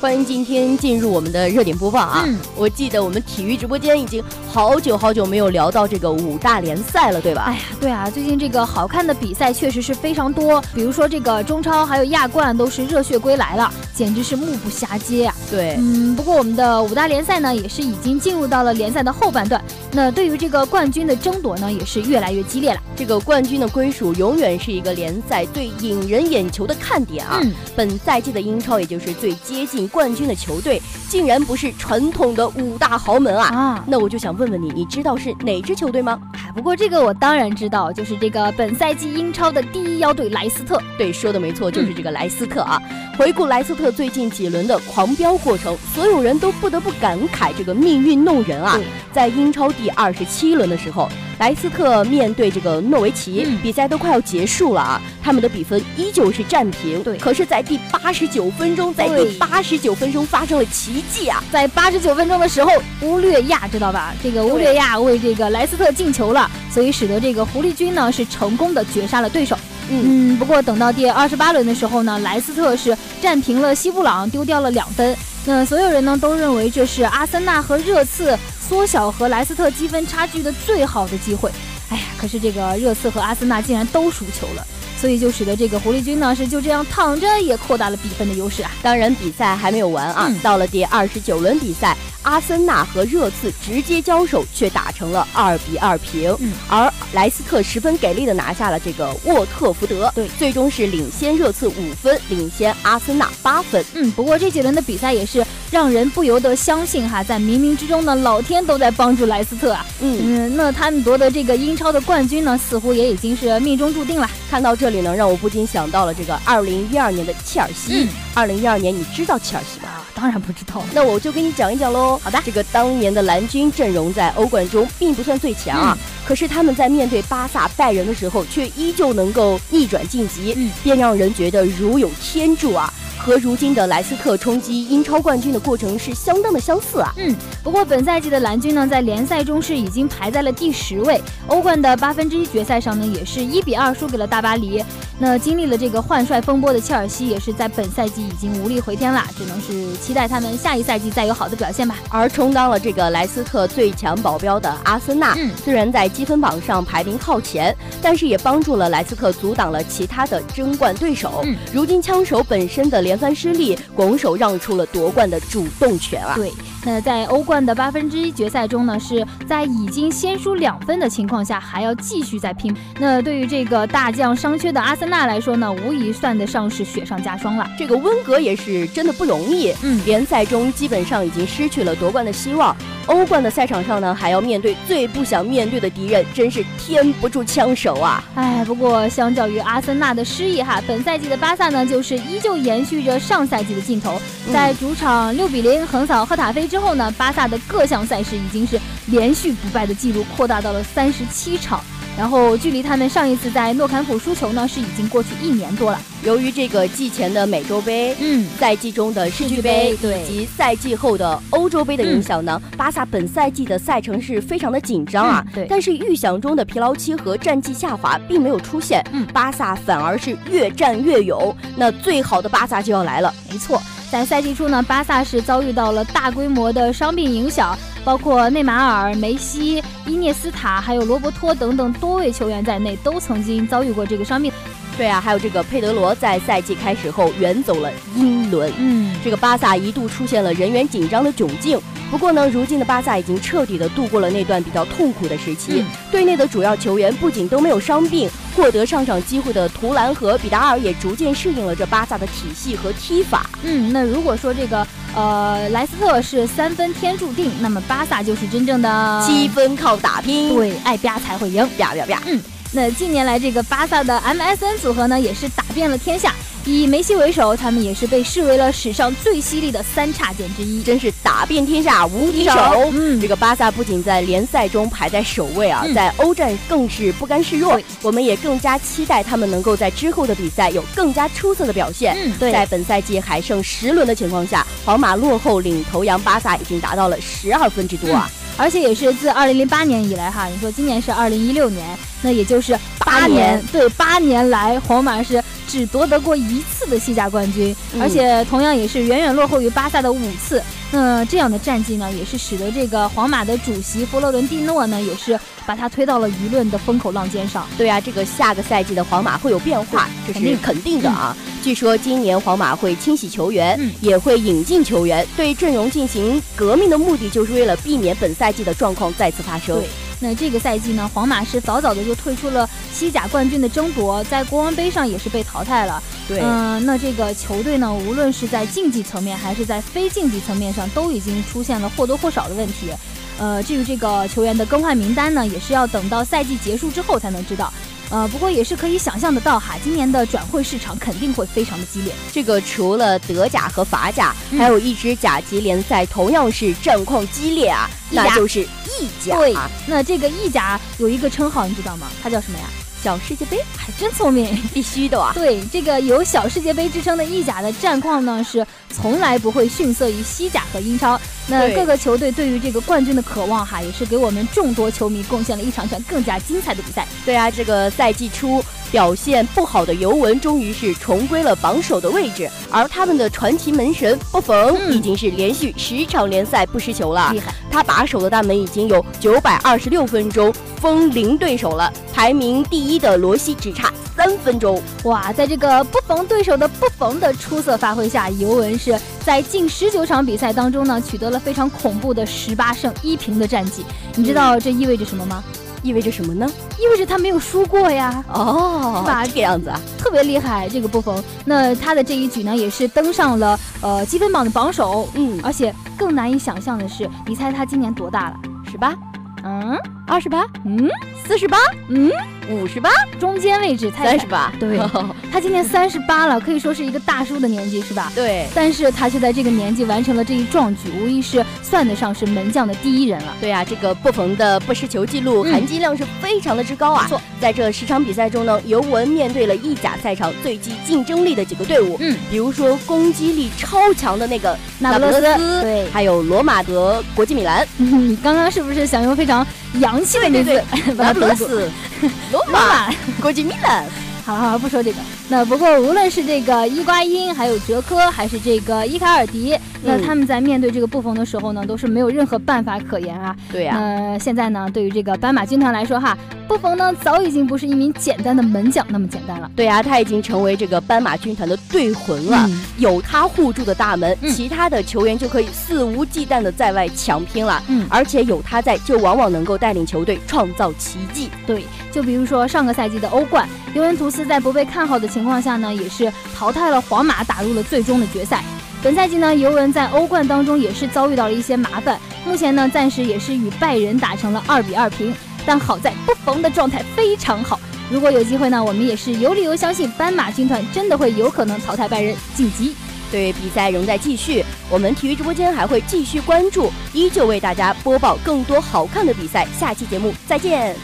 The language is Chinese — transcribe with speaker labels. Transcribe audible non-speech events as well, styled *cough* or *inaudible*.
Speaker 1: 欢迎今天进入我们的热点播报啊！
Speaker 2: 嗯
Speaker 1: 我记得我们体育直播间已经好久好久没有聊到这个五大联赛了，对吧？
Speaker 2: 哎呀，对啊，最近这个好看的比赛确实是非常多，比如说这个中超还有亚冠都是热血归来了，简直是目不暇接啊。
Speaker 1: 对，
Speaker 2: 嗯，不过我们的五大联赛呢，也是已经进入到了联赛的后半段。那对于这个冠军的争夺呢，也是越来越激烈了。
Speaker 1: 这个冠军的归属永远是一个联赛最引人眼球的看点啊！
Speaker 2: 嗯，
Speaker 1: 本赛季的英超，也就是最接近冠军的球队，竟然不是传统的五大豪门啊！
Speaker 2: 啊，
Speaker 1: 那我就想问问你，你知道是哪支球队吗？
Speaker 2: 哎不过这个我当然知道，就是这个本赛季英超的第一妖队莱斯特。
Speaker 1: 对，说的没错，就是这个莱斯特啊。回顾莱斯特最近几轮的狂飙过程，所有人都不得不感慨这个命运弄人啊
Speaker 2: 对。
Speaker 1: 在英超第二十七轮的时候，莱斯特面对这个诺维奇，
Speaker 2: 嗯
Speaker 1: 比赛都快要结束了啊，他们的比分依旧是战平。
Speaker 2: 对
Speaker 1: 可是，在第八十九分钟，在
Speaker 2: 对
Speaker 1: 第八十九分钟发生了奇迹啊！
Speaker 2: 在八十九分钟的时候，乌略亚知道吧？这个乌略亚为这个莱斯特进球了，所以使得这个狐狸军呢是成功的绝杀了对手。
Speaker 1: 嗯，
Speaker 2: 嗯，不过等到第二十八轮的时候呢，莱斯特是战平了西布朗，丢掉了两分。那所有人呢都认为这是阿森纳和热刺缩小和莱斯特积分差距的最好的机会。哎呀，可是这个热刺和阿森纳竟然都输球了，所以就使得这个狐狸军呢是就这样躺着也扩大了比分的优势啊。
Speaker 1: 当然比赛还没有完啊，
Speaker 2: 嗯
Speaker 1: 到了第二十九轮比赛，阿森纳和热刺直接交手，却打成了二比二平。
Speaker 2: 嗯
Speaker 1: 而莱斯特十分给力的拿下了这个沃特福德，
Speaker 2: 对
Speaker 1: 最终是领先热刺五分，领先阿森纳八分。
Speaker 2: 嗯，不过这几轮的比赛也是让人不由得相信哈，在冥冥之中呢，老天都在帮助莱斯特啊。
Speaker 1: 嗯，
Speaker 2: 嗯，那他们夺得这个英超的冠军呢，似乎也已经是命中注定了。
Speaker 1: 看到这里呢，让我不禁想到了这个二零一二年的切尔西
Speaker 2: 嗯。
Speaker 1: 二零一二年，你知道切尔西吗？
Speaker 2: 啊，当然不知道了。
Speaker 1: 那我就跟你讲一讲喽。好的，这个当年的蓝军阵容在欧冠中并不算最强
Speaker 2: 嗯
Speaker 1: 啊，可是他们在面对巴萨、拜仁的时候，却依旧能够逆转晋级，
Speaker 2: 嗯
Speaker 1: 便让人觉得如有天助啊。和如今的莱斯特冲击英超冠军的过程是相当的相似啊。
Speaker 2: 不过本赛季的蓝军呢，在联赛中是已经排在了第十位，欧冠的八分之一决赛上呢，也是一比二输给了大巴黎。那经历了这个换帅风波的切尔西，也是在本赛季已经无力回天啦，只能是期待他们下一赛季再有好的表现吧。
Speaker 1: 而充当了这个莱斯特最强保镖的阿森纳，
Speaker 2: 嗯
Speaker 1: 虽然在积分榜上排名靠前，但是也帮助了莱斯特阻挡了其他的争冠对手。
Speaker 2: 嗯
Speaker 1: 如今枪手本身的连番失利，拱手让出了夺冠的主动权啊！
Speaker 2: 对，那在欧冠的八分之一决赛中呢，是在已经先输两分的情况下，还要继续再拼。那对于这个大将伤缺的阿森纳来说呢，无疑算得上是雪上加霜了。
Speaker 1: 这个温格也是真的不容易，
Speaker 2: 嗯
Speaker 1: 联赛中基本上已经失去了夺冠的希望，欧冠的赛场上呢，还要面对最不想面对的敌人，真是天不住枪手啊！
Speaker 2: 哎，不过相较于阿森纳的失意哈，本赛季的巴萨呢，就是依旧延续着上赛季的劲头，在主场六比零横扫赫塔菲之后呢，巴萨的各项赛事已经是连续不败的记录扩大到了三十七场，然后距离他们上一次在诺坎普输球呢，是已经过去一年多了。
Speaker 1: 由于这个季前的美洲杯。
Speaker 2: 嗯，
Speaker 1: 赛季中的世俱杯
Speaker 2: 世俱杯对
Speaker 1: 以及赛季后的欧洲杯的影响呢，巴萨本赛季的赛程是非常的紧张啊。
Speaker 2: 嗯对
Speaker 1: 但是预想中的疲劳期和战绩下滑并没有出现，
Speaker 2: 嗯
Speaker 1: 巴萨反而是越战越勇。那最好的巴萨就要来了，
Speaker 2: 没错，在赛季初呢，巴萨是遭遇到了大规模的伤病影响，包括内马尔、梅西、伊涅斯塔还有罗伯托等等多位球员在内，都曾经遭遇过这个伤病。
Speaker 1: 对啊，还有这个佩德罗在赛季开始后远走了英伦。
Speaker 2: 嗯，
Speaker 1: 这个巴萨一度出现了人员紧张的窘境，不过呢，如今的巴萨已经彻底的度过了那段比较痛苦的时期。
Speaker 2: 嗯
Speaker 1: 队内的主要球员不仅都没有伤病，获得上场机会的图兰和比达尔也逐渐适应了这巴萨的体系和踢法。
Speaker 2: 嗯，那如果说这个呃莱斯特是三分天注定，那么巴萨就是真正的
Speaker 1: 积分靠打拼，，
Speaker 2: 对，爱吧才会赢。
Speaker 1: 啪啪啪！
Speaker 2: 那近年来，这个巴萨的 MSN 组合呢，也是打遍了天下。以梅西为首，他们也是被视为了史上最犀利的三叉戟之一。
Speaker 1: 真是打遍天下无敌手。
Speaker 2: 嗯
Speaker 1: 这，个巴萨不仅在联赛中排在首位啊，
Speaker 2: 嗯
Speaker 1: 在欧战更是不甘示弱
Speaker 2: 对。
Speaker 1: 我们也更加期待他们能够在之后的比赛有更加出色的表现。
Speaker 2: 嗯，对，
Speaker 1: 在本赛季还剩十轮的情况下，皇马落后领头羊巴萨已经达到了十二分之多啊。
Speaker 2: 而且也是自二零零八年以来哈，你说今年是二零一六年，那也就是八
Speaker 1: 八年
Speaker 2: 对八年来皇马是只夺得过一次的西甲冠军，
Speaker 1: 嗯
Speaker 2: 而且同样也是远远落后于巴萨的五次。那这样的战绩呢，也是使得这个皇马的主席佛罗伦蒂诺呢，也是把他推到了舆论的风口浪尖上。
Speaker 1: 对啊，这个下个赛季的皇马会有变化，这
Speaker 2: 嗯肯
Speaker 1: 是
Speaker 2: 定
Speaker 1: 肯定的啊。据说今年皇马会清洗球员，
Speaker 2: 嗯
Speaker 1: 也会引进球员，对阵容进行革命的目的就是为了避免本赛季的状况再次发生
Speaker 2: 对。那这个赛季呢，皇马是早早的就退出了西甲冠军的争夺，在国王杯上也是被淘汰了。
Speaker 1: 对
Speaker 2: 嗯、那这个球队呢，无论是在竞技层面还是在非竞技层面上，都已经出现了或多或少的问题。呃，至于这个球员的更换名单呢，也是要等到赛季结束之后才能知道。呃，不过也是可以想象得到哈，今年的转会市场肯定会非常的激烈。
Speaker 1: 这个除了德甲和法甲，
Speaker 2: 嗯
Speaker 1: 还有一支甲级联赛同样是战况激烈啊，
Speaker 2: 意甲
Speaker 1: 那就是意甲、
Speaker 2: 对
Speaker 1: 啊，
Speaker 2: 那这个意甲有一个称号，你知道吗？它叫什么呀？
Speaker 1: 小世界杯
Speaker 2: 还真聪明。
Speaker 1: 必须的啊。
Speaker 2: 对这个有“小世界杯”之称的意甲的战况呢，是从来不会逊色于西甲和英超。那
Speaker 1: 对
Speaker 2: 各个球队对于这个冠军的渴望哈，也是给我们众多球迷贡献了一场场更加精彩的比赛。
Speaker 1: 对啊，这个赛季初表现不好的尤文终于是重归了榜首的位置，而他们的传奇门神布冯
Speaker 2: 嗯
Speaker 1: 已经是连续十场联赛不失球了
Speaker 2: 厉，害，
Speaker 1: 他把守的大门已经有九百二十六分钟，封零对手了，排名第一的罗西只差三分钟。
Speaker 2: 哇，在这个不逢对手的不逢的出色发挥下，尤文是在近十九场比赛当中呢，取得了非常恐怖的十八胜一平的战绩。你知道这意味着什么吗？
Speaker 1: 意味着什么呢？
Speaker 2: 意味着他没有输过呀。
Speaker 1: 哦
Speaker 2: 是吧
Speaker 1: 这个样子啊，
Speaker 2: 特别厉害，这个布冯。那他的这一举呢，也是登上了呃积分榜的榜首，
Speaker 1: 嗯，
Speaker 2: 而且更难以想象的是，你猜他今年多大了？
Speaker 1: 十八、
Speaker 2: 嗯
Speaker 1: 二十八、
Speaker 2: 嗯，
Speaker 1: 四十八、
Speaker 2: 嗯，
Speaker 1: 五十八、
Speaker 2: 中间位置猜
Speaker 1: 三
Speaker 2: 一
Speaker 1: 十
Speaker 2: 猜。
Speaker 1: 八，
Speaker 2: 对他今年三十八了，可以说是一个大叔的年纪，是吧？
Speaker 1: *laughs* 对。
Speaker 2: 但是他却在这个年纪完成了这一壮举，无疑是算得上是门将的第一人了。
Speaker 1: 对啊，这个布冯的不失球记录
Speaker 2: 嗯
Speaker 1: 含金量是非常的之高啊。
Speaker 2: 没错
Speaker 1: 在这十场比赛中呢，尤文面对了意甲赛场最具竞争力的几个队伍，
Speaker 2: 嗯，
Speaker 1: 比如说攻击力超强的那个
Speaker 2: 那不
Speaker 1: 那
Speaker 2: 勒
Speaker 1: 不勒
Speaker 2: 斯，
Speaker 1: 斯
Speaker 2: 对， *laughs*
Speaker 1: 还有罗马德国际米兰、
Speaker 2: 你刚刚是不是想用非常洋气的名字 *laughs* 把它
Speaker 1: 那不勒
Speaker 2: 读住？
Speaker 1: 斯、罗
Speaker 2: 罗
Speaker 1: 马、
Speaker 2: 马
Speaker 1: 国际米兰。
Speaker 2: 好了好了，不说这个。那不过无论是这个伊瓜因，还有哲科，还是这个伊卡尔迪，那
Speaker 1: 嗯
Speaker 2: 他们在面对这个布冯的时候呢，都是没有任何办法可言啊。
Speaker 1: 对呀、
Speaker 2: 呃，现在呢，对于这个斑马军团来说哈，布冯呢早已经不是一名简单的门将那么简单了。
Speaker 1: 对呀、他已经成为这个斑马军团的队魂了。
Speaker 2: 嗯
Speaker 1: 有他护住的大门，
Speaker 2: 嗯
Speaker 1: 其他的球员就可以肆无忌惮的在外强拼了。
Speaker 2: 嗯
Speaker 1: 而且有他在，就往往能够带领球队创造奇迹。
Speaker 2: 对，就比如说上个赛季的欧冠，尤文图斯在不被看好的情况下呢，也是呃淘汰了皇马，打入了最终的决赛。本赛季呢，尤文在欧冠当中也是遭遇到了一些麻烦，目前呢，暂时也是与拜仁打成了二比二平，但好在不逢的状态非常好。如果有机会呢，我们也是有理由相信斑马军团真的会有可能淘汰拜仁晋级。
Speaker 1: 对，比赛仍在继续，我们体育直播间还会继续关注，依旧为大家播报更多好看的比赛。下期节目再见。